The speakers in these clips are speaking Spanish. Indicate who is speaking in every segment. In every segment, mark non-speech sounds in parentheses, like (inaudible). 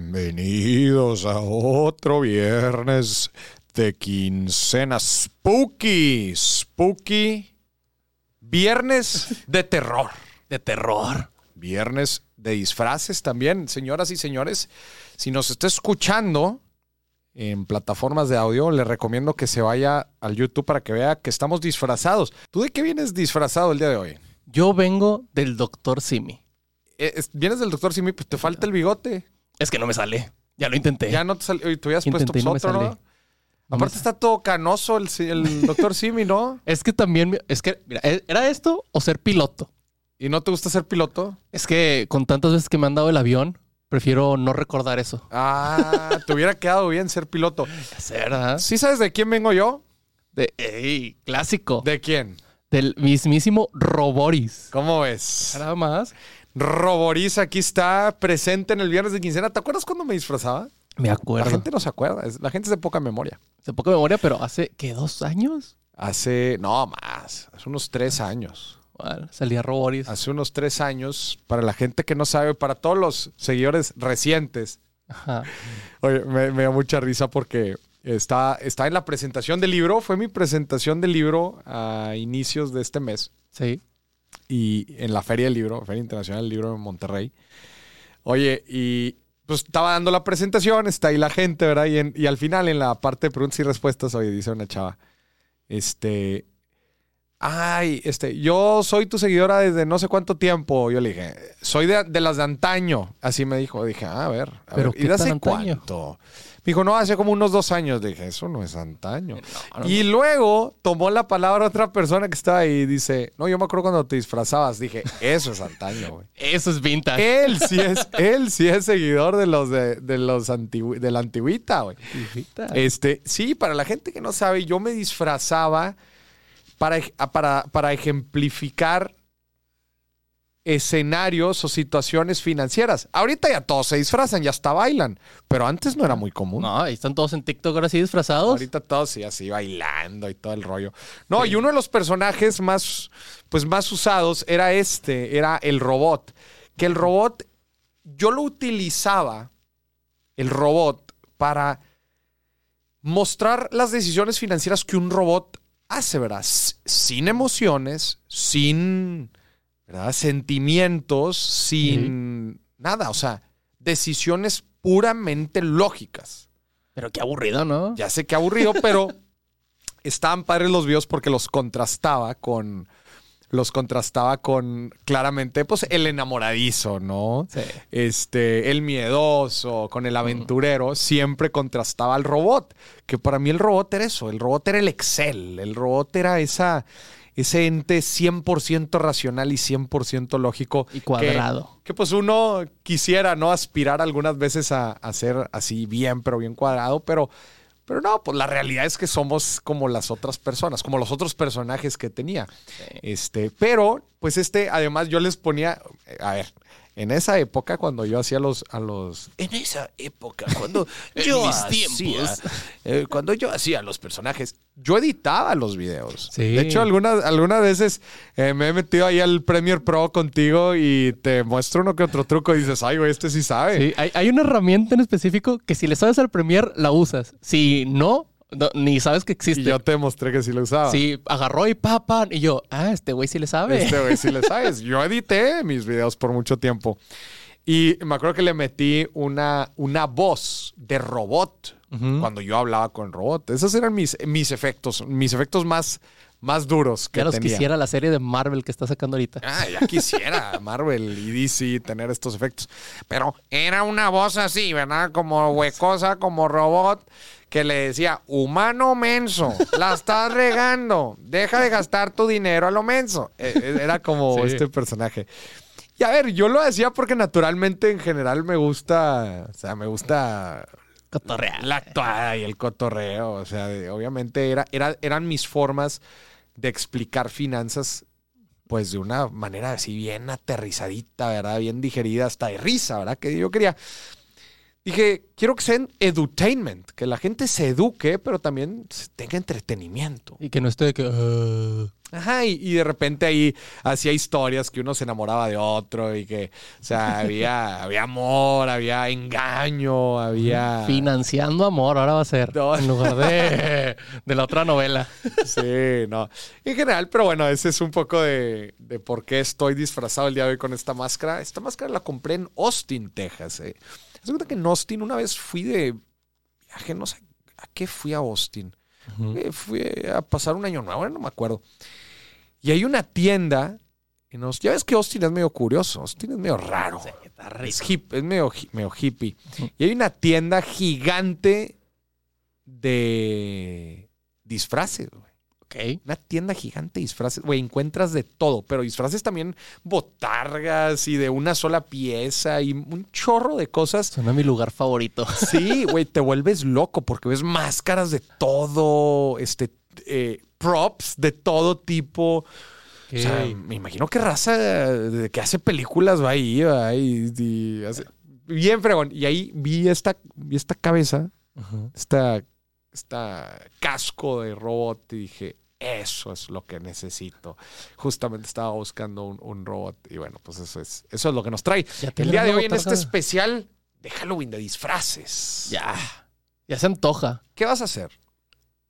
Speaker 1: Bienvenidos a otro viernes de quincena spooky, spooky, viernes de terror,
Speaker 2: de terror.
Speaker 1: viernes de disfraces también, señoras y señores. Si nos está escuchando en plataformas de audio, le recomiendo que se vaya al YouTube para que vea que estamos disfrazados. ¿Tú de qué vienes disfrazado el día de hoy?
Speaker 2: Yo vengo del doctor Simi.
Speaker 1: Eh, es- Vienes del doctor Simi, pues te falta el bigote.
Speaker 2: Es que no me sale. Ya lo intenté.
Speaker 1: Ya no te salió. Oye, Te hubieras
Speaker 2: Intenté
Speaker 1: puesto
Speaker 2: y no me
Speaker 1: pues, otro,
Speaker 2: sale.
Speaker 1: ¿no? Aparte está todo canoso el, si- el doctor Simi, ¿no?
Speaker 2: Es que también, es que, mira, e- ¿era esto o ser piloto?
Speaker 1: ¿Y no te gusta ser piloto?
Speaker 2: Es que con tantas veces que me han dado el avión, prefiero no recordar eso.
Speaker 1: Ah, te hubiera quedado bien ser piloto.
Speaker 2: ¿Será?
Speaker 1: ¿Sí sabes de quién vengo yo?
Speaker 2: De, ey, clásico.
Speaker 1: ¿De quién?
Speaker 2: del mismísimo Roboris.
Speaker 1: ¿Cómo ves?
Speaker 2: Nada más.
Speaker 1: Roboriz aquí está presente en el viernes de quincena. ¿Te acuerdas cuando me disfrazaba?
Speaker 2: Me
Speaker 1: La
Speaker 2: acuerdo.
Speaker 1: gente no se acuerda. es- La gente es de poca memoria.
Speaker 2: De poca memoria, pero hace, ¿qué? ¿Dos años?
Speaker 1: Hace, no más, hace unos tres años.
Speaker 2: Bueno, salía Roboris.
Speaker 1: Hace unos tres años, para la gente que no sabe, para todos los seguidores recientes,
Speaker 2: Ajá.
Speaker 1: Oye, me, me da mucha risa porque está, está en la presentación del libro. Fue mi presentación del libro a inicios de este mes
Speaker 2: Sí.
Speaker 1: y en la Feria del Libro, Feria Internacional del Libro en Monterrey. Oye, y pues estaba dando la presentación, está ahí la gente, ¿verdad? Y, en- y al final, en la parte de preguntas y respuestas, oye, dice una chava, este, ay, este, yo soy tu seguidora desde no sé cuánto tiempo. Yo le dije, soy de, de las de antaño. Así me dijo, dije, ah, a ver, a
Speaker 2: ¿Pero
Speaker 1: ver,
Speaker 2: qué
Speaker 1: ¿y de hace
Speaker 2: tan antaño?
Speaker 1: cuánto? Me dijo, no, hace como unos dos años. Le dije, eso no es antaño.
Speaker 2: Ah, no,
Speaker 1: y luego tomó la palabra otra persona que estaba ahí y dice, no, yo me acuerdo cuando te disfrazabas. Dije, eso es antaño,
Speaker 2: (laughs)
Speaker 1: güey.
Speaker 2: Eso es vintage.
Speaker 1: Él sí es, él sí es seguidor de los de, de los antigü- de la antigüita, güey.
Speaker 2: Vintage.
Speaker 1: Este, sí, para la gente que no sabe, yo me disfrazaba para, ej- a- para, para ejemplificar escenarios o situaciones financieras. Ahorita ya todos se disfrazan, ya hasta bailan, pero antes no era muy común.
Speaker 2: No, ahí están todos en TikTok ahora sí disfrazados.
Speaker 1: Ahorita todos sí, así bailando y todo el rollo. No, y uno de los personajes más, pues más usados era este, era el robot. Que el robot, yo lo utilizaba, el robot, para mostrar las decisiones financieras que un robot hace, ¿verdad? S- Sin emociones, sin ¿verdad? sentimientos, sin nada, o sea, decisiones puramente lógicas.
Speaker 2: Pero qué aburrido, ¿no?
Speaker 1: Ya sé que aburrido, pero estaban padres los videos porque los contrastaba con. Los contrastaba con claramente, pues, el enamoradizo, ¿no?
Speaker 2: Sí.
Speaker 1: Este, el miedoso, con el aventurero, siempre contrastaba al robot. Que para mí el robot era eso, el robot era el Excel, el robot era esa, ese ente 100% racional y 100% lógico.
Speaker 2: Y
Speaker 1: que-
Speaker 2: cuadrado.
Speaker 1: que pues uno quisiera, ¿no? Aspirar algunas veces a, a ser así bien, pero bien cuadrado, pero, pero no, pues la realidad es que somos como las otras personas, como los otros personajes que tenía. Este, pero, pues este, además yo les ponía, eh, a ver, en esa época cuando yo hacía los, a los,
Speaker 3: En esa época, cuando
Speaker 2: (laughs) En
Speaker 3: yo
Speaker 2: mis
Speaker 3: hacía,
Speaker 2: tiempos.
Speaker 3: eh, cuando yo hacía los personajes,
Speaker 1: yo editaba los videos.
Speaker 2: Sí.
Speaker 1: De hecho, algunas, algunas veces eh, me he metido ahí al Premiere Pro contigo y te muestro uno que otro truco y dices, ay, güey, este sí sabe.
Speaker 2: Sí, hay, hay una herramienta en específico que si le sabes al Premier, la usas. Si no, no, ni sabes que
Speaker 1: Y
Speaker 2: existe.
Speaker 1: yo te mostré que sí lo usaba.
Speaker 2: este Sí, agarró y papá. Y yo, ah, este güey sí le sabe. (laughs)
Speaker 1: Este güey sí le sabes. Yo edité mis videos por mucho tiempo. Y me acuerdo que le metí una, una voz de robot cuando yo hablaba con robot. Esos eran mis, mis efectos, mis efectos más, más duros que
Speaker 2: ya los
Speaker 1: tenía.
Speaker 2: quisiera la serie de Marvel que está sacando ahorita.
Speaker 1: Ah, ya quisiera Marvel y DC tener estos efectos. Pero era una voz así, ¿verdad? Como huecosa, como robot, que le decía, humano menso, la estás regando, deja de gastar tu dinero a lo menso. Eh, eh, Era como
Speaker 2: Sí.
Speaker 1: este personaje. Y a ver, yo lo hacía porque naturalmente en general me gusta, o sea, me gusta
Speaker 2: Cotorreal.
Speaker 1: la actuada y el cotorreo. O sea, de- obviamente era, era, eran mis formas de explicar finanzas, pues de una manera así bien aterrizadita, ¿verdad? Bien digerida, hasta de risa, ¿verdad? Que yo quería. Dije, quiero que sea edutainment, que la gente se eduque, pero también tenga entretenimiento.
Speaker 2: Y que no esté de que. "Ah".
Speaker 1: Ajá, y, y de repente ahí hacía historias que uno se enamoraba de otro y que, o sea, había, había amor, había engaño, había...
Speaker 2: Financiando amor, ahora va a ser.
Speaker 1: No.
Speaker 2: En lugar
Speaker 1: (laughs)
Speaker 2: de, de la otra novela.
Speaker 1: Sí, no. En general, pero bueno, ese es un poco de, de por qué estoy disfrazado el día de hoy con esta máscara. Esta máscara la compré en Austin, Texas. Eh. Haz de cuenta que en Austin una vez fui de viaje, no sé a qué fui a Austin. Eh, Fui a pasar un año nuevo, ahora no me acuerdo. Y hay una tienda en Austin. Ya ves que Austin es medio curioso, Austin es medio raro.
Speaker 2: Está
Speaker 1: Es, hip, es medio, hi- medio hippie. Y hay una tienda gigante de disfraces, güey.
Speaker 2: Ok.
Speaker 1: Una tienda gigante de disfraces. Güey, encuentras de todo, pero disfraces también botargas y de una sola pieza y un chorro de cosas.
Speaker 2: Suena a mi lugar favorito.
Speaker 1: Sí, (laughs) güey, te vuelves loco porque ves máscaras de todo, este, eh, props de todo tipo. O sea, me imagino que raza de que hace películas va ahí, va ahí, y hace- Bien fregón. Y ahí vi esta, vi esta cabeza
Speaker 2: Ujú.
Speaker 1: esta, esta casco de robot y dije, eso es lo que necesito. Justamente estaba buscando un, un robot y bueno, pues eso es, eso es lo que nos trae.
Speaker 2: Ya te
Speaker 1: El día
Speaker 2: la
Speaker 1: de hoy en
Speaker 2: botarga.
Speaker 1: este especial de Halloween de disfraces.
Speaker 2: Ya. Ya se antoja. (laughs)
Speaker 1: ¿Qué vas a hacer?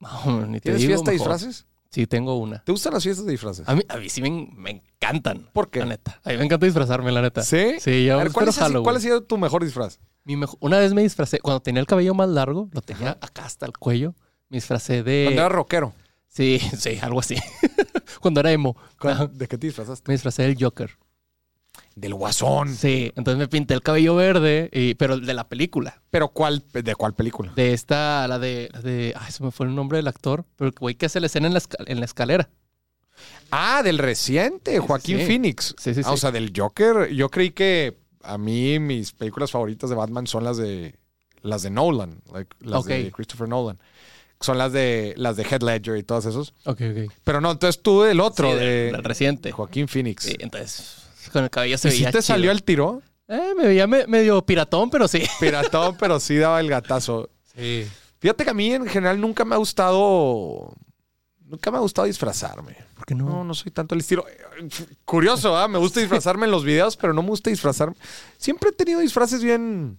Speaker 2: No, ni te
Speaker 1: ¿Tienes
Speaker 2: digo
Speaker 1: fiesta de
Speaker 2: mejor.
Speaker 1: disfraces?
Speaker 2: Sí, tengo una.
Speaker 1: ¿Te gustan las fiestas de disfraces?
Speaker 2: A mí, a mí sí me, me encantan.
Speaker 1: ¿Por qué?
Speaker 2: La neta. A mí me encanta disfrazarme, la neta.
Speaker 1: ¿Sí?
Speaker 2: Sí, yo
Speaker 1: A ver, ¿cuál,
Speaker 2: espero
Speaker 1: es así-
Speaker 2: Halloween.
Speaker 1: cuál ha sido tu mejor disfraz?
Speaker 2: Mi mejo- Una vez me disfracé, cuando tenía el cabello más largo, lo tenía acá hasta el cuello. Me disfracé de.
Speaker 1: Cuando eras rockero.
Speaker 2: Sí, (laughs) sí, algo así. cuando era emo. Ajá.
Speaker 1: ¿De qué te disfrazaste?
Speaker 2: Me disfracé del Joker.
Speaker 1: Del guasón.
Speaker 2: Sí, entonces me pinté el cabello verde, y- pero el de la película.
Speaker 1: ¿Pero cuál, de cuál película?
Speaker 2: De esta, la de. La de ay, se me fue el nombre del actor, pero el güey que hace la escena en la, esca- en la escalera.
Speaker 1: Ah, del reciente,
Speaker 2: sí,
Speaker 1: Joaquín
Speaker 2: sí.
Speaker 1: Phoenix.
Speaker 2: Sí, sí,
Speaker 1: Ah,
Speaker 2: sí.
Speaker 1: O sea, del Joker. Yo creí que a mí mis películas favoritas de Batman son las de las de Nolan, like, las de
Speaker 2: Ok.
Speaker 1: Christopher Nolan. Son las de las de Head Ledger y todos esos.
Speaker 2: Ok, ok.
Speaker 1: Pero no, entonces tú del otro,
Speaker 2: Sí, del-
Speaker 1: de,
Speaker 2: del reciente.
Speaker 1: Joaquín Phoenix.
Speaker 2: Sí, entonces con el cabello se
Speaker 1: ¿Y si
Speaker 2: veía.
Speaker 1: te
Speaker 2: chido.
Speaker 1: salió el tiro?
Speaker 2: Eh, me veía me- medio piratón, pero sí.
Speaker 1: Piratón, (laughs) pero sí daba el gatazo.
Speaker 2: Sí.
Speaker 1: Fíjate que a mí en general nunca me ha gustado. Nunca me ha gustado disfrazarme.
Speaker 2: ¿Por qué
Speaker 1: No, no soy tanto el estilo. Curioso, ¿ah? Me gusta disfrazarme en los videos, pero no me gusta disfrazarme. Siempre he tenido disfraces bien.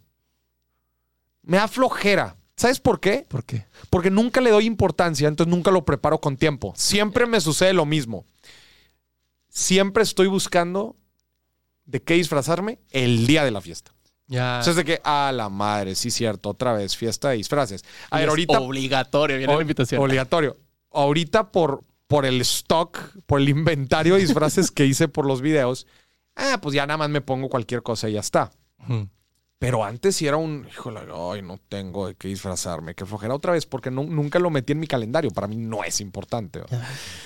Speaker 1: Me da flojera. ¿Sabes por qué?
Speaker 2: ¿Por qué?
Speaker 1: Porque nunca le doy importancia, entonces nunca lo preparo con tiempo. Siempre me sucede lo mismo. Siempre estoy buscando de qué disfrazarme el día de la fiesta.
Speaker 2: Ya.
Speaker 1: Entonces, de que, a la madre, sí, cierto, otra vez, fiesta de disfraces. A
Speaker 2: Y
Speaker 1: ver,
Speaker 2: es
Speaker 1: ahorita
Speaker 2: Obligatorio, viene
Speaker 1: Ob-
Speaker 2: la invitación.
Speaker 1: Obligatorio. Ahorita por, por el stock, por el inventario de disfraces que hice por los videos, ah, pues ya nada más me pongo cualquier cosa y ya está.
Speaker 2: Ujú.
Speaker 1: Pero antes sí era un, híjole, ay, no tengo de qué disfrazarme, que flojera otra vez, porque nu- nunca lo metí en mi calendario. Para mí no es importante. ¿va?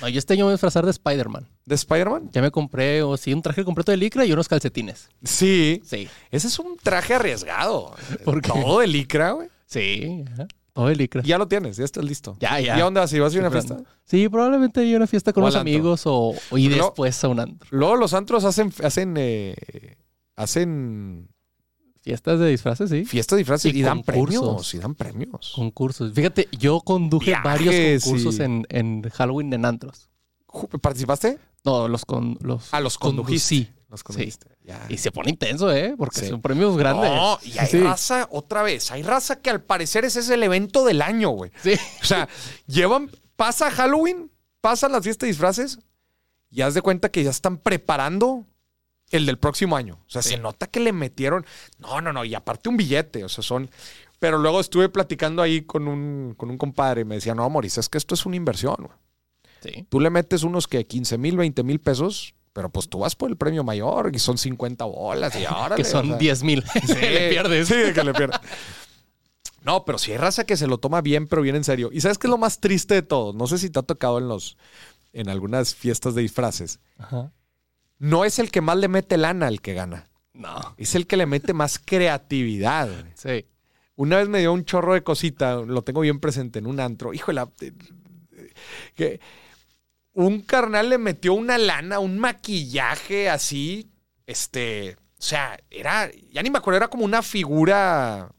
Speaker 2: No, yo este año me voy a disfrazar de Spider-Man.
Speaker 1: ¿De Spider-Man?
Speaker 2: Ya me compré, o sí, un traje completo de licra y unos calcetines.
Speaker 1: Sí.
Speaker 2: Sí.
Speaker 1: Ese es un traje arriesgado.
Speaker 2: (laughs) ¿Por qué?
Speaker 1: Todo de licra, güey.
Speaker 2: Sí. ajá. Todo de licra.
Speaker 1: Ya lo tienes, ya estás listo.
Speaker 2: Ya, ya.
Speaker 1: ¿Y a dónde vas? ¿Y vas a ir a una
Speaker 2: Pero-
Speaker 1: fiesta?
Speaker 2: Sí, probablemente ir a una fiesta con
Speaker 1: O al
Speaker 2: unos
Speaker 1: antro.
Speaker 2: amigos o, o- y
Speaker 1: No.
Speaker 2: después a un antro.
Speaker 1: Luego los antros hacen, hacen, eh, hacen
Speaker 2: Fiestas de disfraces, sí.
Speaker 1: fiestas de disfraces
Speaker 2: Y
Speaker 1: y, dan
Speaker 2: concursos.
Speaker 1: premios. Y dan premios.
Speaker 2: Concursos. Fíjate, yo conduje
Speaker 1: Viajes
Speaker 2: varios concursos
Speaker 1: y-
Speaker 2: en, en Halloween en antros.
Speaker 1: Ju- ¿Participaste?
Speaker 2: No, los con los
Speaker 1: Ah, los condujiste.
Speaker 2: Sí.
Speaker 1: Los
Speaker 2: condujiste,
Speaker 1: Ya.
Speaker 2: Y se pone intenso, ¿eh? Porque
Speaker 1: Sí.
Speaker 2: son premios grandes.
Speaker 1: No, y hay
Speaker 2: Sí.
Speaker 1: raza, otra vez, hay raza que al parecer ese es el evento del año, güey.
Speaker 2: Sí.
Speaker 1: O
Speaker 2: (laughs)
Speaker 1: sea, llevan, pasa Halloween, pasan las fiestas de disfraces y haz de cuenta que ya están preparando el del próximo año. O sea, se nota que le metieron, no, no, no, y aparte un billete, o sea, son... Pero luego estuve platicando ahí con un, con un compadre y me decía, no, Mauricio, es que esto es una inversión, güey.
Speaker 2: Sí.
Speaker 1: Tú le metes unos que 15 mil, 20 mil pesos, pero pues tú vas por el premio mayor y son 50 bolas y ahora.
Speaker 2: (laughs) Que son 10 mil. (laughs) le pierdes.
Speaker 1: Sí, que le pierdes. No, pero si hay raza que se lo toma bien, pero bien en serio. ¿Y sabes qué es lo más triste de todo? No sé si te ha tocado en los en algunas fiestas de disfraces.
Speaker 2: Ajá.
Speaker 1: No es el que más le mete lana el que gana.
Speaker 2: No.
Speaker 1: Es el que le mete más creatividad. güey.
Speaker 2: Sí.
Speaker 1: Una vez me dio un chorro de cosita, lo tengo bien presente en un antro. Híjole, eh, eh, que un carnal le metió una lana, un maquillaje así, este, o sea, era, ya ni me acuerdo, era como una figura,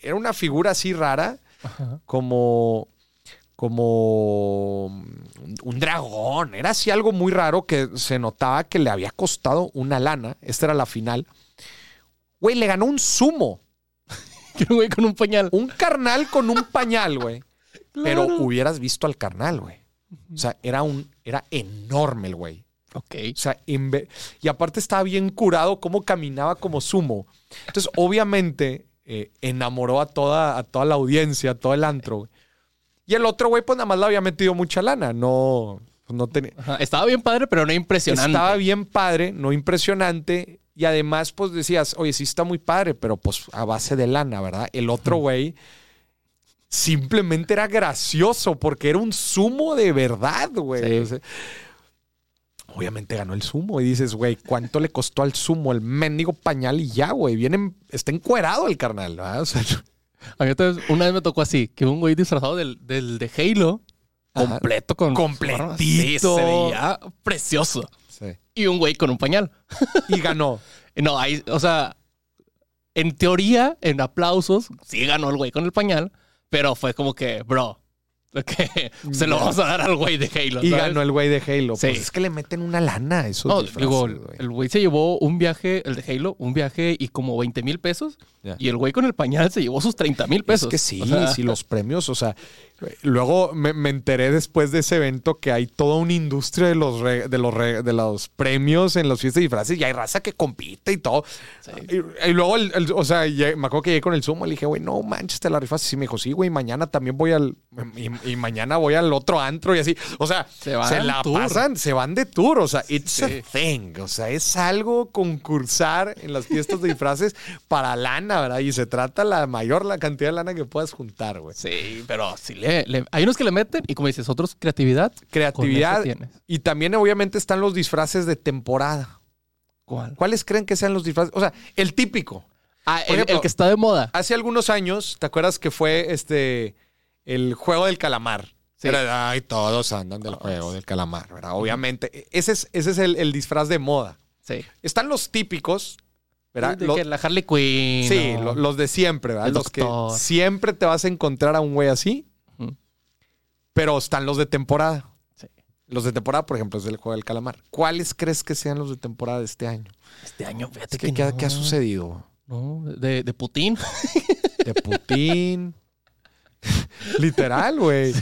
Speaker 1: era una figura así rara,
Speaker 2: Ajá.
Speaker 1: como, como un un dragón. Era así algo muy raro que se notaba que le había costado una lana. Esta era la final. Güey, le ganó un sumo.
Speaker 2: Que (laughs) un güey con un pañal.
Speaker 1: Un carnal con un pañal, güey. Pero
Speaker 2: Claro.
Speaker 1: hubieras visto al carnal, güey. O sea, era un, era enorme el güey.
Speaker 2: Ok.
Speaker 1: O sea, en ve- y aparte estaba bien curado cómo caminaba como sumo. Entonces, obviamente, eh, enamoró a toda, a toda la audiencia, a todo el antro. güey. Y el otro güey, pues nada más le había metido mucha lana. No, no tenía.
Speaker 2: Ajá, Estaba bien padre, pero no impresionante.
Speaker 1: Estaba bien padre, no impresionante. Y además, pues decías, oye, sí está muy padre, pero pues a base de lana, ¿verdad? El otro güey simplemente era gracioso porque era un sumo de verdad, güey.
Speaker 2: Sí.
Speaker 1: O sea, obviamente ganó el sumo y dices, güey, ¿cuánto le costó al sumo el mendigo pañal y ya, güey? Viene, está encuerado el carnal, ¿verdad? O sea, (laughs)
Speaker 2: A mí otra vez- una vez me tocó así, que un güey disfrazado del, del de Halo,
Speaker 1: Ajá.
Speaker 2: completo con...
Speaker 1: Completito.
Speaker 2: Sí, se veía precioso.
Speaker 1: sí.
Speaker 2: Y un güey con un pañal.
Speaker 1: Y ganó.
Speaker 2: No, ahí, o sea, en teoría, en aplausos, sí ganó el güey con el pañal, pero fue como que, bro, (laughs) lo que se lo vamos a dar al güey de Halo.
Speaker 1: Y
Speaker 2: ¿sabes?
Speaker 1: ganó el güey de Halo.
Speaker 2: Sí.
Speaker 1: Pues es que le meten una lana a esos
Speaker 2: No,
Speaker 1: disfraces,
Speaker 2: digo,
Speaker 1: güey.
Speaker 2: el güey se llevó un viaje, el de Halo, un viaje y como 20 mil pesos.
Speaker 1: Ya.
Speaker 2: Y el güey con el pañal se llevó sus 30 mil pesos.
Speaker 1: Es que sí,
Speaker 2: O sea,
Speaker 1: sí, los premios, o sea, luego me, me enteré después de ese evento que hay toda una industria de los, re- de los, re- de los premios en las fiestas de disfraces y hay raza que compite y todo. Y, y luego, el- el- o sea, llegué- me acuerdo que llegué con el sumo, le dije, güey, no manches, te la rifaste. Sí, me dijo, sí, güey, mañana también voy al, y, y mañana voy al otro antro y así. O sea,
Speaker 2: Se
Speaker 1: se,
Speaker 2: van al
Speaker 1: la
Speaker 2: tour.
Speaker 1: pasan, se van de tour, o sea, it's
Speaker 2: Sí.
Speaker 1: a thing, o sea, es algo concursar en las fiestas de disfraces (laughs) para lana, ¿verdad? Y se trata la mayor la cantidad de lana que puedas juntar, güey.
Speaker 2: Sí, pero sí le, le- Hay unos que le meten y como dices, otros creatividad.
Speaker 1: Creatividad
Speaker 2: Con eso tienes.
Speaker 1: y también obviamente están los disfraces de temporada.
Speaker 2: ¿Cuál?
Speaker 1: ¿Cuáles creen que sean los disfraces? O sea, el típico.
Speaker 2: Ah,
Speaker 1: Por
Speaker 2: el,
Speaker 1: ejemplo, Ah,
Speaker 2: el que está de moda.
Speaker 1: Hace algunos años, ¿te acuerdas que fue este el juego del calamar?
Speaker 2: Sí.
Speaker 1: Era, ay, todos andan del juego del calamar, ¿verdad? Obviamente, e-, ese es, ese es el, el disfraz de moda.
Speaker 2: sí.
Speaker 1: Están los típicos, ¿verdad?
Speaker 2: De
Speaker 1: Los-
Speaker 2: que la Harley Quinn.
Speaker 1: Sí,
Speaker 2: o-
Speaker 1: lo- los de siempre, ¿verdad?
Speaker 2: El
Speaker 1: Los que
Speaker 2: doctor.
Speaker 1: siempre te vas a encontrar a un güey así.
Speaker 2: Ujú.
Speaker 1: Pero están los de temporada.
Speaker 2: Sí.
Speaker 1: Los de temporada, por ejemplo, es el juego del calamar. ¿Cuáles crees que sean los de temporada de este año?
Speaker 2: Este año, fíjate
Speaker 1: ¿Qué,
Speaker 2: que
Speaker 1: qué-
Speaker 2: no.
Speaker 1: qué ha sucedido?
Speaker 2: No, de, de Putin. (laughs)
Speaker 1: De Putin. (laughs) Literal, güey.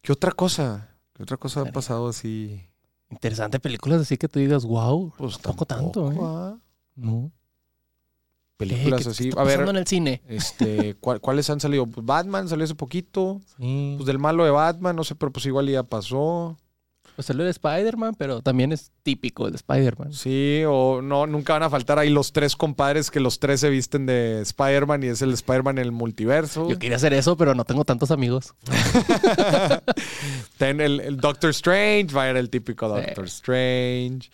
Speaker 1: ¿Qué otra cosa? ¿Qué otra cosa ha pasado así?
Speaker 2: Interesante películas así que tú digas, wow,
Speaker 1: Pues
Speaker 2: tampoco tanto, ¿eh?
Speaker 1: ah.
Speaker 2: No.
Speaker 1: Películas
Speaker 2: Eh, ¿qué-
Speaker 1: así.
Speaker 2: qué está
Speaker 1: a
Speaker 2: pasando
Speaker 1: ver,
Speaker 2: en el cine.
Speaker 1: este, ¿cuál- ¿cuáles han salido? Pues Batman salió hace poquito.
Speaker 2: Sí.
Speaker 1: Pues del malo de Batman, no sé, pero pues igual ya pasó.
Speaker 2: Pues salió de Spider-Man, pero también es típico el de Spider-Man.
Speaker 1: Sí, o no, nunca van a faltar ahí los tres compadres que los tres se visten de Spider-Man y es el Spider-Man en el multiverso.
Speaker 2: Yo quería hacer eso, pero no tengo tantos amigos.
Speaker 1: Ten el, el Doctor Strange, va a ir el típico
Speaker 2: Sí.
Speaker 1: Doctor Strange.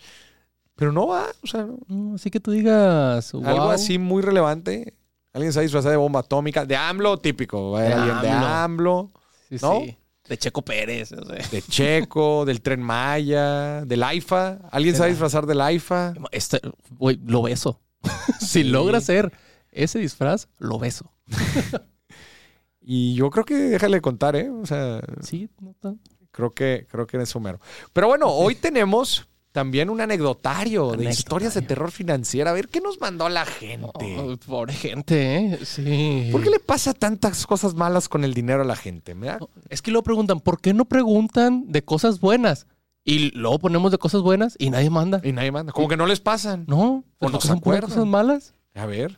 Speaker 1: Pero no va, o sea,
Speaker 2: Mm, Así que tú digas, wow.
Speaker 1: algo así muy relevante. Alguien se disfraza de bomba atómica, de AMLO, típico. Va a haber
Speaker 2: De
Speaker 1: alguien de
Speaker 2: AMLO.
Speaker 1: AMLO,
Speaker 2: Sí,
Speaker 1: ¿no?
Speaker 2: sí. De Checo Pérez. o sea.
Speaker 1: de Checo,
Speaker 2: (laughs)
Speaker 1: del Tren Maya, del AIFA. Alguien se va a
Speaker 2: Del-
Speaker 1: disfrazar del AIFA.
Speaker 2: Este, güey, lo beso. (laughs) si logra hacer ese disfraz, lo beso.
Speaker 1: Y yo creo que déjale contar, ¿eh? O sea,
Speaker 2: Sí, no tan-
Speaker 1: Creo que, creo que eres Homero. Pero bueno, hoy tenemos también un anecdotario, de
Speaker 2: Anecdotario.
Speaker 1: historias de terror financiera. A ver, ¿qué nos mandó la gente?
Speaker 2: Oh, pobre gente, ¿eh? Sí.
Speaker 1: ¿Por qué le pasa tantas cosas malas con el dinero a la gente? Me da-
Speaker 2: Es que luego preguntan, ¿por qué no preguntan de cosas buenas? Y luego ponemos de cosas buenas y nadie manda.
Speaker 1: Y nadie manda. Como que no les pasan. Eh,
Speaker 2: No,
Speaker 1: O
Speaker 2: pues
Speaker 1: no
Speaker 2: lo que
Speaker 1: se
Speaker 2: son puras
Speaker 1: acuerdan.
Speaker 2: cosas malas.
Speaker 1: A ver.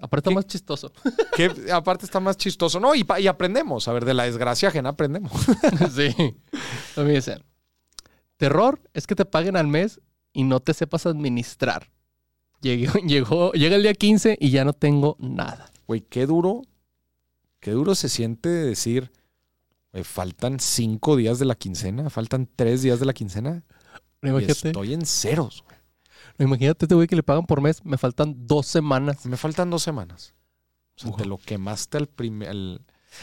Speaker 2: Aparte,
Speaker 1: ¿Qué?
Speaker 2: más chistoso. (laughs)
Speaker 1: Que aparte está más chistoso. No, y, pa- y aprendemos. A ver, de la desgracia ajena aprendemos.
Speaker 2: sí. A mí dicen, terror es que te paguen al mes y no te sepas administrar. Llegó, (laughs) llegó, llega el día 15 y ya no tengo nada.
Speaker 1: Güey, qué duro. Qué duro se siente decir. güey, faltan cinco días de la quincena. Faltan tres días de la quincena.
Speaker 2: No,
Speaker 1: Y
Speaker 2: Imagínate,
Speaker 1: estoy en ceros. güey.
Speaker 2: no, imagínate este güey que le pagan por mes, me faltan dos semanas.
Speaker 1: Me faltan dos semanas. O sea,
Speaker 2: Ujú.
Speaker 1: te lo quemaste al primer. al-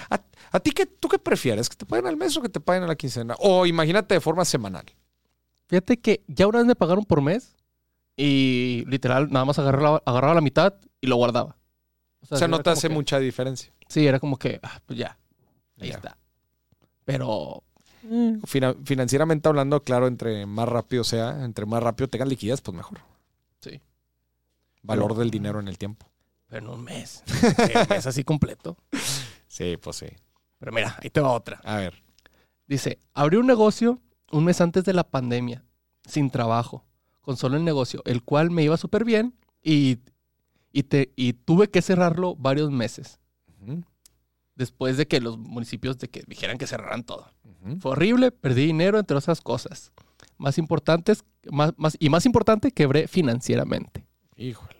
Speaker 1: ¿A, a ti qué, tú qué prefieres? ¿Que te paguen al mes o que te paguen a la quincena? O imagínate de forma semanal.
Speaker 2: Fíjate que ya una vez me pagaron por mes y literal nada más agarraba, agarraba la mitad y lo guardaba.
Speaker 1: O sea,
Speaker 2: sí
Speaker 1: no
Speaker 2: era
Speaker 1: te
Speaker 2: como
Speaker 1: hace
Speaker 2: que-
Speaker 1: mucha diferencia.
Speaker 2: Sí, era como que, ah, pues ya, ahí
Speaker 1: Ya.
Speaker 2: está. Pero
Speaker 1: Fina- financieramente hablando, claro, entre más rápido sea, entre más rápido tengas liquidez, pues mejor.
Speaker 2: Sí.
Speaker 1: Valor del dinero en el tiempo.
Speaker 2: Pero en un mes. Eh, es así completo.
Speaker 1: Sí, pues sí.
Speaker 2: Pero mira, ahí te va otra.
Speaker 1: A ver.
Speaker 2: Dice, abrió un negocio un mes antes de la pandemia, sin trabajo, con solo el negocio, el cual me iba súper bien y, y, te, y tuve que cerrarlo varios meses,
Speaker 1: Ujú,
Speaker 2: después de que los municipios de que dijeran que cerraran todo.
Speaker 1: ujú.
Speaker 2: Fue horrible, perdí dinero, entre otras cosas. Más importantes, más, más, y más importante, quebré financieramente.
Speaker 1: Híjole.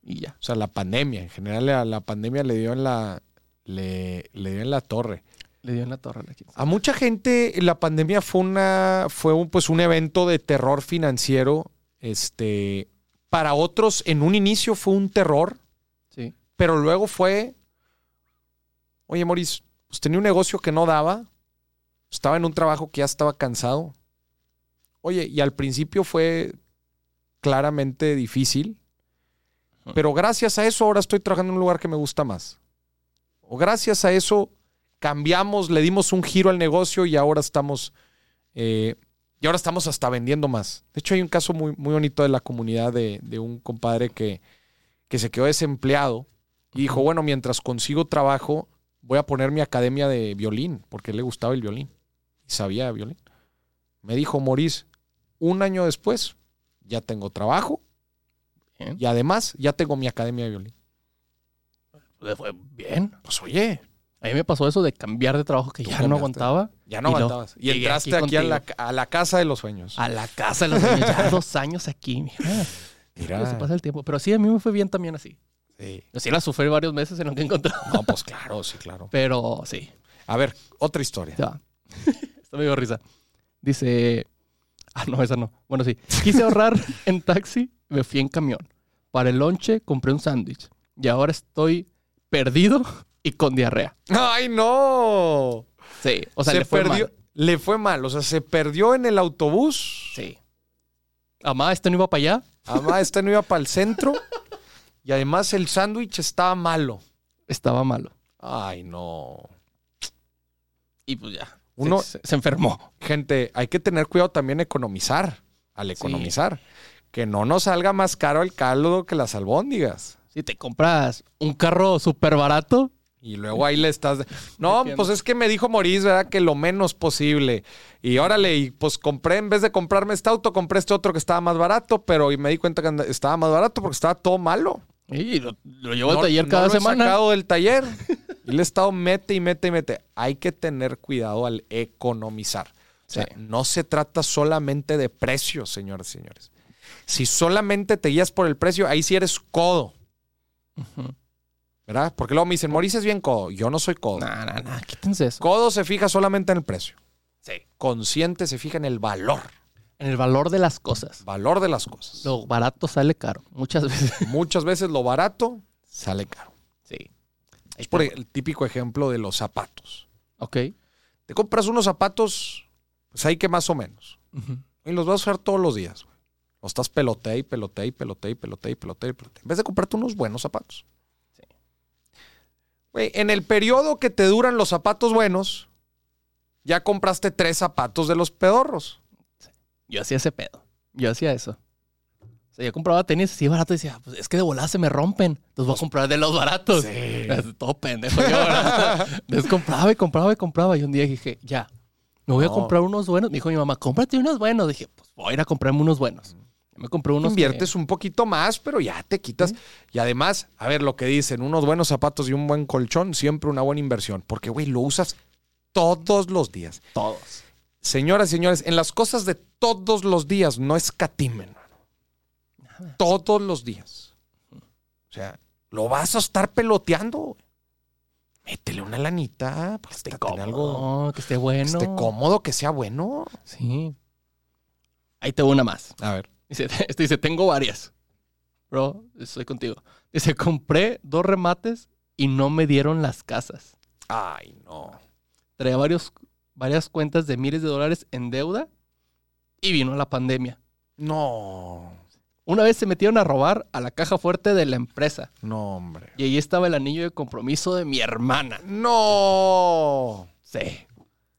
Speaker 2: Y ya.
Speaker 1: O sea, la pandemia. En general, la, la pandemia le dio en la. Le, le dio en la torre.
Speaker 2: Le dio en la torre a la 15.
Speaker 1: A mucha gente la pandemia fue una fue un, pues un evento de terror financiero, este para otros en un inicio fue un terror,
Speaker 2: Sí.
Speaker 1: pero luego fue Oye, Moris, pues tenía un negocio que no daba, estaba en un trabajo que ya estaba cansado. Oye, y al principio fue claramente difícil,
Speaker 2: Ajá.
Speaker 1: pero gracias a eso ahora estoy trabajando en un lugar que me gusta más. O gracias a eso cambiamos, le dimos un giro al negocio y ahora estamos eh, y ahora estamos hasta vendiendo más. De hecho, hay un caso muy, muy bonito de la comunidad de, de un compadre que, que se quedó desempleado y dijo, bueno, mientras consigo trabajo, voy a poner mi academia de violín, porque le gustaba el violín y sabía de violín. Me dijo, Morís, un año después ya tengo trabajo
Speaker 2: Bien.
Speaker 1: y además ya tengo mi academia de violín.
Speaker 2: Le fue bien.
Speaker 1: Pues oye,
Speaker 2: A mí me pasó eso de cambiar de trabajo que
Speaker 1: Tú
Speaker 2: ya no
Speaker 1: cambiaste.
Speaker 2: aguantaba.
Speaker 1: ya no
Speaker 2: Y no,
Speaker 1: aguantabas. Y,
Speaker 2: llegué
Speaker 1: entraste
Speaker 2: aquí Ah,
Speaker 1: aquí, a, la, a la casa de los sueños.
Speaker 2: A la casa de los niños.
Speaker 1: (laughs)
Speaker 2: Ya dos años aquí. Mira. Pero se
Speaker 1: Mira,
Speaker 2: pasa el tiempo. Pero sí, a mí me fue bien también así.
Speaker 1: sí.
Speaker 2: Yo sí la sufrí varios meses en lo que encontraba.
Speaker 1: No, pues claro, sí, claro.
Speaker 2: Pero sí,
Speaker 1: A ver, otra
Speaker 2: (laughs)
Speaker 1: historia. (laughs)
Speaker 2: ya. Esto me dio risa. Dice... Ah, no, esa no. Bueno, sí. Quise ahorrar (laughs) en taxi, me fui en camión. Para el lonche compré un sándwich. Y ahora estoy perdido y con diarrea.
Speaker 1: ¡Ay, no!
Speaker 2: Sí, o sea,
Speaker 1: se
Speaker 2: le fue
Speaker 1: perdió,
Speaker 2: mal.
Speaker 1: le fue mal. O sea, se perdió en el autobús.
Speaker 2: Sí. Amá, ¿esto no iba para allá?
Speaker 1: Además, este no iba para el centro. Y además el sándwich estaba malo.
Speaker 2: Estaba malo.
Speaker 1: Ay, no.
Speaker 2: Y pues ya.
Speaker 1: Uno-
Speaker 2: Se, se enfermó.
Speaker 1: Gente, hay que tener cuidado también economizar. Al economizar. Que no nos salga más caro el caldo que las albóndigas.
Speaker 2: Si te compras un carro súper barato,
Speaker 1: Y luego ahí le estás. No,
Speaker 2: Entiendo.
Speaker 1: pues es que me dijo Morís, ¿verdad? Que lo menos posible. Y órale, y pues compré, en vez de comprarme este auto, compré este otro que estaba más barato, pero y me di cuenta que anda- estaba más barato porque estaba todo malo.
Speaker 2: Y lo, lo llevo
Speaker 1: No-
Speaker 2: al taller
Speaker 1: no
Speaker 2: cada
Speaker 1: lo he
Speaker 2: semana.
Speaker 1: sacado del
Speaker 2: (laughs)
Speaker 1: taller. Y le he estado mete y mete y mete. Hay que tener cuidado al economizar. O sea,
Speaker 2: Sí.
Speaker 1: no se trata solamente de precios, señores y señores. Si solamente te guías por el precio, ahí sí eres codo,
Speaker 2: Ujú.
Speaker 1: ¿verdad? Porque luego me dicen, Mauricio es bien codo. Yo no soy codo.
Speaker 2: Nah, nah, nah, quítense eso.
Speaker 1: Codo se fija solamente en el precio. Consciente se fija en el valor,
Speaker 2: En el valor de las cosas.
Speaker 1: valor de las cosas.
Speaker 2: Lo barato sale caro, muchas (laughs) veces.
Speaker 1: Muchas veces lo barato sale caro.
Speaker 2: Sí. Este
Speaker 1: Es por el típico ejemplo de los zapatos.
Speaker 2: Ok.
Speaker 1: Te compras unos zapatos, pues hay que más o menos.
Speaker 2: Ujú.
Speaker 1: Y los vas a usar todos los días, güey. Los estás pelotea y pelotea y pelotea y pelotea y pelotea y pelotea. En vez de comprarte unos buenos zapatos. Güey, en el periodo que te duran los zapatos buenos, ya compraste tres zapatos de los pedorros.
Speaker 2: Yo hacía ese pedo. Yo hacía eso. O sea, yo compraba tenis así barato y decía, pues es que de volada se me rompen. Los voy a comprar de los baratos. Es Todo pendejo.
Speaker 1: (laughs)
Speaker 2: Yo, ¿verdad? Entonces compraba y compraba y compraba. Y un día dije, ya, me voy a
Speaker 1: No.
Speaker 2: comprar unos buenos. Me dijo mi mamá, cómprate unos buenos. Dije, pues voy a ir a comprarme unos buenos. Me compré unos. que-
Speaker 1: Inviertes un poquito más, pero ya te quitas. Y además, a ver lo que dicen, unos buenos zapatos y un buen colchón, siempre una buena inversión. Porque, güey, lo usas todos los días.
Speaker 2: todos.
Speaker 1: Señoras y señores, en las cosas de todos los días no escatimen. mano. Todos los días. O sea, lo vas a estar peloteando. güey. Métele una lanita para esté
Speaker 2: cómodo,
Speaker 1: algo
Speaker 2: que esté
Speaker 1: que
Speaker 2: bueno.
Speaker 1: esté cómodo, que sea bueno.
Speaker 2: Sí. Ahí te va una más.
Speaker 1: A ver.
Speaker 2: Dice, (laughs) este dice, tengo varias. Bro, estoy contigo. Dice, compré dos remates y no me dieron las casas.
Speaker 1: Ay, no.
Speaker 2: Traía varios, varias cuentas de miles de dólares en deuda y vino la pandemia.
Speaker 1: No.
Speaker 2: Una vez se metieron a robar a la caja fuerte de la empresa
Speaker 1: No, hombre.
Speaker 2: y ahí estaba el anillo de compromiso de mi hermana.
Speaker 1: No.
Speaker 2: Sí.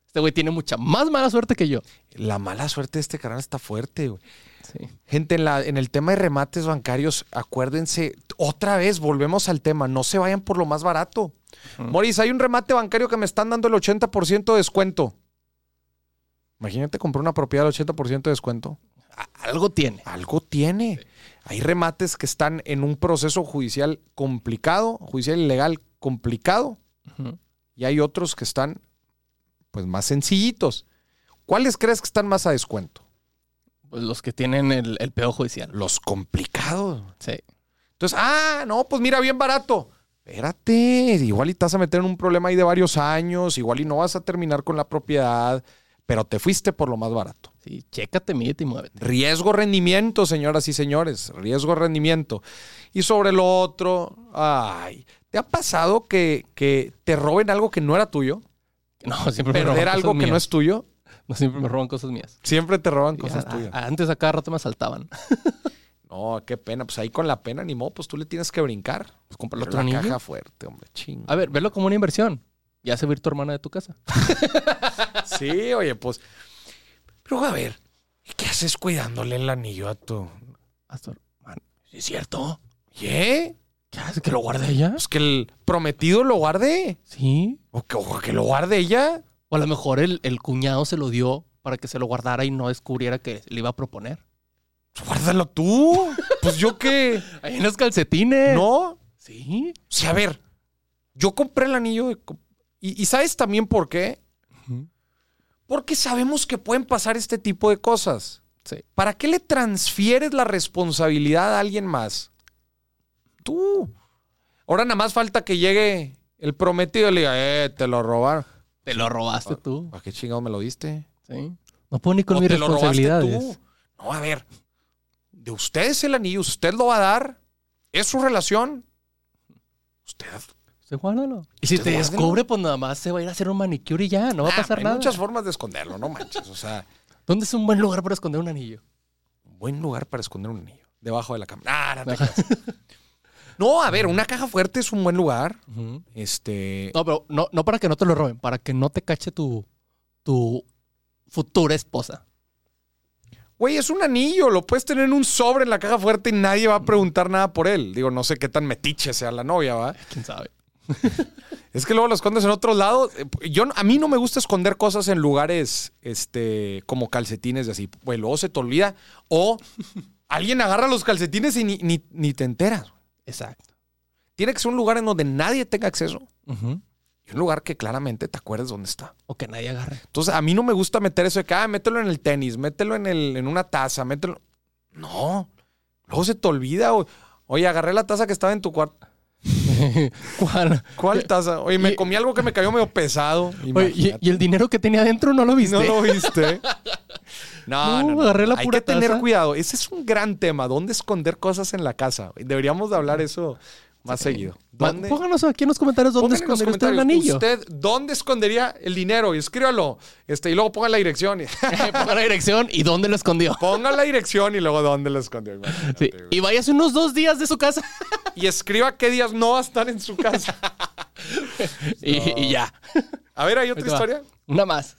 Speaker 2: Este güey tiene mucha más mala suerte que yo.
Speaker 1: La mala suerte de este canal está fuerte, güey.
Speaker 2: Sí.
Speaker 1: Gente, en, la- en el tema de remates bancarios, acuérdense, otra vez volvemos al tema, no se vayan por lo más barato. Moris, hay un remate bancario que me están dando el 80% de descuento. Imagínate comprar una propiedad al 80% de descuento.
Speaker 2: A- Algo tiene.
Speaker 1: Algo tiene. Hay remates que están en un proceso judicial complicado, judicial y legal complicado,
Speaker 2: Ujú.
Speaker 1: y hay otros que están pues más sencillitos. ¿Cuáles crees que están más a descuento?
Speaker 2: Pues los que tienen el, el peo judicial.
Speaker 1: Los complicados.
Speaker 2: Sí.
Speaker 1: Entonces, ah, no, pues mira, bien barato. Espérate, igual y te vas a meter en un problema ahí de varios años, igual y no vas a terminar con la propiedad, pero te fuiste por lo más barato.
Speaker 2: Sí, chécate, mídete y muévete.
Speaker 1: Riesgo-rendimiento, señoras y señores, riesgo-rendimiento. Y sobre lo otro, ay, ¿te ha pasado que, que te roben algo que no era tuyo?
Speaker 2: (laughs) No, siempre me roban
Speaker 1: ¿Perder
Speaker 2: cosas
Speaker 1: algo que no
Speaker 2: mías.
Speaker 1: es tuyo?
Speaker 2: No, siempre me roban cosas mías.
Speaker 1: Siempre te roban
Speaker 2: Sí, ah.
Speaker 1: cosas
Speaker 2: a- a-
Speaker 1: tuyas.
Speaker 2: Antes a cada rato me asaltaban. (laughs)
Speaker 1: No, qué pena, pues ahí con la pena, ni modo, pues tú le tienes que brincar.
Speaker 2: Pues compra
Speaker 1: Pero
Speaker 2: otro
Speaker 1: la
Speaker 2: anillo.
Speaker 1: caja fuerte, hombre, chingo.
Speaker 2: A ver, velo como una inversión. Ya se va a ir tu hermana de tu casa.
Speaker 1: Sí, oye, pues. Pero a ver, ¿qué haces cuidándole el anillo a tu.
Speaker 2: A tu hermana. Sí, es cierto.
Speaker 1: ¿Qué?
Speaker 2: ¿Qué haces? ¿Que lo guarde ella?
Speaker 1: ¿Eh? Pues que el prometido lo guarde.
Speaker 2: Sí.
Speaker 1: O que, o que lo guarde ella.
Speaker 2: O a lo mejor el, el cuñado se lo dio para que se lo guardara y no descubriera que le iba a proponer.
Speaker 1: Pues Guárdalo tú. Pues yo qué.
Speaker 2: Hay unos calcetines.
Speaker 1: ¿No?
Speaker 2: Sí.
Speaker 1: O sea, a ver, yo compré el anillo de co- y, y ¿sabes también por qué?
Speaker 2: Ujú.
Speaker 1: Porque sabemos que pueden pasar este tipo de cosas.
Speaker 2: Sí.
Speaker 1: ¿Para qué le transfieres la responsabilidad a alguien más? Tú. Ahora nada más falta que llegue el prometido y le diga, eh, te lo robaron.
Speaker 2: Te lo robaste tú.
Speaker 1: ¿Para qué chingado me lo diste?
Speaker 2: Sí. No puedo ni con
Speaker 1: ¿O
Speaker 2: mis
Speaker 1: te lo robaste
Speaker 2: responsabilidades.
Speaker 1: tú? No, a ver. De ustedes el anillo, usted lo va a dar. Es su relación. Usted
Speaker 2: Sí, guárdalo. Y si
Speaker 1: Usted
Speaker 2: te
Speaker 1: guárdalo.
Speaker 2: descubre, pues nada más se va a ir a hacer un manicure y ya, no va a
Speaker 1: Ah,
Speaker 2: pasar
Speaker 1: hay
Speaker 2: nada.
Speaker 1: muchas formas de esconderlo, no manches. O sea,
Speaker 2: ¿Dónde es un buen lugar para esconder un anillo?
Speaker 1: un buen lugar para esconder un anillo. Debajo de la cama. Ah, no, te creas. No, a ver, una caja fuerte es un buen lugar. Este.
Speaker 2: No, pero no, no para que no te lo roben, para que no te cache tu, tu futura esposa.
Speaker 1: Güey, es un anillo. Lo puedes tener en un sobre en la caja fuerte y nadie va a preguntar nada por él. Digo, no sé qué tan metiche sea la novia, ¿va?
Speaker 2: ¿Quién sabe?
Speaker 1: Es que luego lo escondes en otros lados. Eh, Yo, a mí no me gusta esconder cosas en lugares este, como calcetines y así. Güey, luego se te olvida. O alguien agarra los calcetines y ni, ni- ni te enteras.
Speaker 2: Exacto.
Speaker 1: Tiene que ser un lugar en donde nadie tenga acceso. Y un lugar que claramente te acuerdes dónde está.
Speaker 2: O que nadie agarre.
Speaker 1: Entonces, a mí no me gusta meter eso de que, ah, mételo en el tenis, mételo en, el, en una taza, mételo. No. Luego se te olvida. o- Oye, agarré la taza que estaba en tu cuarto. (laughs)
Speaker 2: ¿Cuál? (laughs)
Speaker 1: ¿Cuál taza? Oye, me
Speaker 2: Y-
Speaker 1: comí algo que me cayó medio pesado.
Speaker 2: (laughs) Oye, y,
Speaker 1: Imagínate.
Speaker 2: y el dinero que tenía adentro no lo viste?
Speaker 1: No lo
Speaker 2: (laughs)
Speaker 1: viste. No,
Speaker 2: No,
Speaker 1: no, no.
Speaker 2: agarré la
Speaker 1: Hay
Speaker 2: pura
Speaker 1: que tener
Speaker 2: taza.
Speaker 1: cuidado. Ese es un gran tema. ¿Dónde esconder cosas en la casa? Deberíamos de hablar eso más seguido.
Speaker 2: Ma-
Speaker 1: ¿Dónde?
Speaker 2: Pónganos aquí en los comentarios dónde
Speaker 1: Pongan en los
Speaker 2: esconder usted el
Speaker 1: comentarios,
Speaker 2: anillo.
Speaker 1: ¿Usted dónde escondería el dinero? Y escríbalo. Este, y luego pongan la dirección. Y- (laughs)
Speaker 2: (laughs) Ponga la dirección y dónde lo escondió.
Speaker 1: pongan la dirección y luego dónde lo escondió. Imagínate,
Speaker 2: Sí.
Speaker 1: güey.
Speaker 2: Y váyase unos dos días de su casa (laughs)
Speaker 1: Y escriba qué días no va a estar en su casa.
Speaker 2: y, y ya.
Speaker 1: A ver, ¿hay otra
Speaker 2: Ahí te va.
Speaker 1: historia?
Speaker 2: Una más.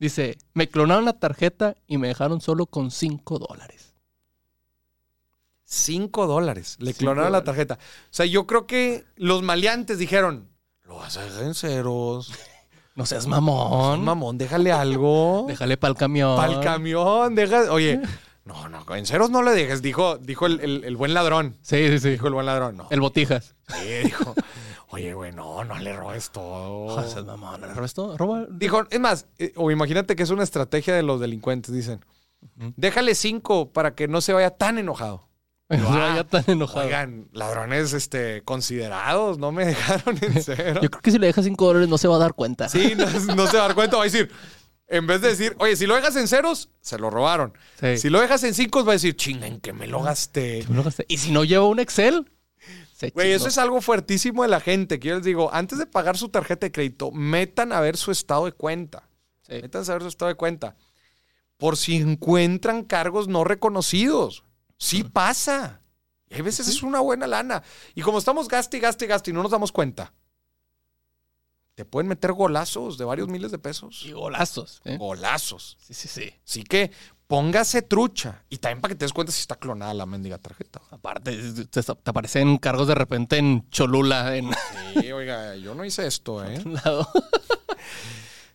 Speaker 2: Dice, me clonaron la tarjeta y me dejaron solo con 5 dólares.
Speaker 1: Cinco dólares. Le
Speaker 2: Cinco
Speaker 1: clonaron la
Speaker 2: dólares.
Speaker 1: tarjeta. O sea, yo creo que los maleantes dijeron, lo vas a dejar en ceros.
Speaker 2: No seas mamón.
Speaker 1: Mamón, déjale algo.
Speaker 2: Déjale para el camión.
Speaker 1: Para el camión, deja. Oye, no, no, en ceros no le dejes, dijo, dijo el, el- el buen ladrón.
Speaker 2: Sí, sí, sí.
Speaker 1: Dijo el buen ladrón, no.
Speaker 2: El botijas.
Speaker 1: Sí, dijo, oye, güey, no, no le robes (laughs) todo.
Speaker 2: No seas mamón. ¿Le robas todo? Roba. (laughs)
Speaker 1: Dijo, es más, eh, o imagínate que es una estrategia de los delincuentes, dicen.
Speaker 2: Ujú.
Speaker 1: Déjale cinco para que no se vaya tan enojado.
Speaker 2: (laughs)
Speaker 1: "Ah,
Speaker 2: Se vaya tan enojado.
Speaker 1: Oigan, ladrones este, considerados, no me dejaron
Speaker 2: (laughs)
Speaker 1: en cero.
Speaker 2: Yo creo que si le dejas 5 dólares no se va a dar cuenta.
Speaker 1: Sí, no, no se va a dar cuenta, va a decir, en vez de decir, oye, si lo dejas en ceros, se lo robaron.
Speaker 2: Sí.
Speaker 1: Si lo dejas en cinco, va a decir, chingan, que me lo gasté.
Speaker 2: Me (laughs) lo gasté. Y si no lleva un Excel, se
Speaker 1: Güey,
Speaker 2: chingó.
Speaker 1: eso es algo fuertísimo de la gente. Que yo les digo, antes de pagar su tarjeta de crédito, metan a ver su estado de cuenta.
Speaker 2: Sí.
Speaker 1: Metan a ver su estado de cuenta. Por si encuentran cargos no reconocidos. Sí pasa. Y hay veces es una buena lana. Y como estamos gaste y gaste y gaste y no nos damos cuenta. te pueden meter golazos de varios miles de pesos.
Speaker 2: Y golazos.
Speaker 1: Oh.
Speaker 2: ¿eh?
Speaker 1: Golazos.
Speaker 2: Sí, sí, sí.
Speaker 1: Así que póngase trucha. Y también para que te des cuenta si está clonada la mendiga tarjeta.
Speaker 2: Aparte, te, te aparecen cargos de repente en Cholula, en (laughs)
Speaker 1: Sí, oiga, yo no hice esto, (laughs) ¿eh?
Speaker 2: un lado.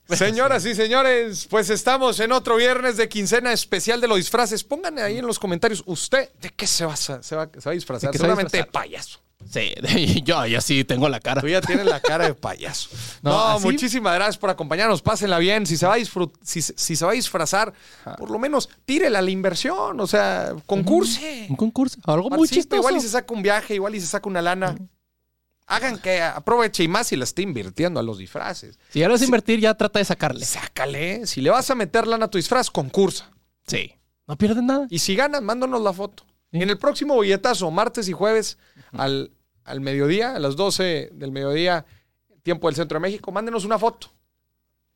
Speaker 1: Señoras y señores, pues estamos en otro viernes de quincena especial de los disfraces. Pónganle ahí en los comentarios, ¿usted de qué se va a, se va, se va a disfrazar?
Speaker 2: ¿De qué se va a
Speaker 1: Seguramente de
Speaker 2: disfrazar?
Speaker 1: payaso.
Speaker 2: Sí, yo, yo sí tengo la cara.
Speaker 1: Tú ya tienes la cara de payaso. No,
Speaker 2: (laughs) No, ¿así?
Speaker 1: muchísimas gracias por acompañarnos. Pásenla bien. Si se va a, disfrut- si, se- si se va a disfrazar, por lo menos tírela a la inversión. O sea, concurse.
Speaker 2: Mm, Un concurso, algo muy
Speaker 1: Participe,
Speaker 2: chistoso.
Speaker 1: Igual y se saca un viaje, igual y se saca una lana. Hagan que aproveche y más si la está invirtiendo a los disfraces.
Speaker 2: Si ya lo vas a invertir, ya trata de sacarle.
Speaker 1: Sácale. Si le vas a meter lana a tu disfraz, concursa.
Speaker 2: Sí. No pierden nada.
Speaker 1: Y si ganas, mándanos la foto. Y en el próximo billetazo, martes y jueves, al, al mediodía, a las 12 del mediodía, tiempo del centro de México, mándenos una foto.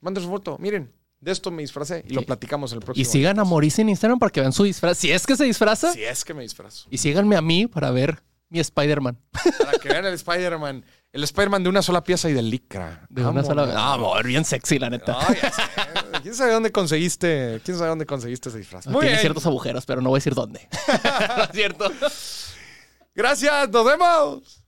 Speaker 1: Mándenos una foto. Miren, de esto me disfracé y lo
Speaker 2: Sí.
Speaker 1: platicamos en el próximo.
Speaker 2: Y sigan a
Speaker 1: billetazo.
Speaker 2: Mauricio en Instagram para que vean su disfraz. Si es que se disfraza.
Speaker 1: Si es que me disfrazo.
Speaker 2: Y síganme a mí para ver mi Spider-Man.
Speaker 1: Para que vean el Spider-Man. El Spider-Man de una sola pieza y de licra.
Speaker 2: De una
Speaker 1: Vámonos.
Speaker 2: sola vez. Ah, amor, bien sexy, la neta.
Speaker 1: No, ya sé. ¿Quién sabe dónde conseguiste? ¿Quién sabe dónde conseguiste ese disfraz? Muy
Speaker 2: Ah, Tiene
Speaker 1: bien.
Speaker 2: ciertos agujeros, pero no voy a decir dónde. no es cierto.
Speaker 1: Gracias, nos vemos.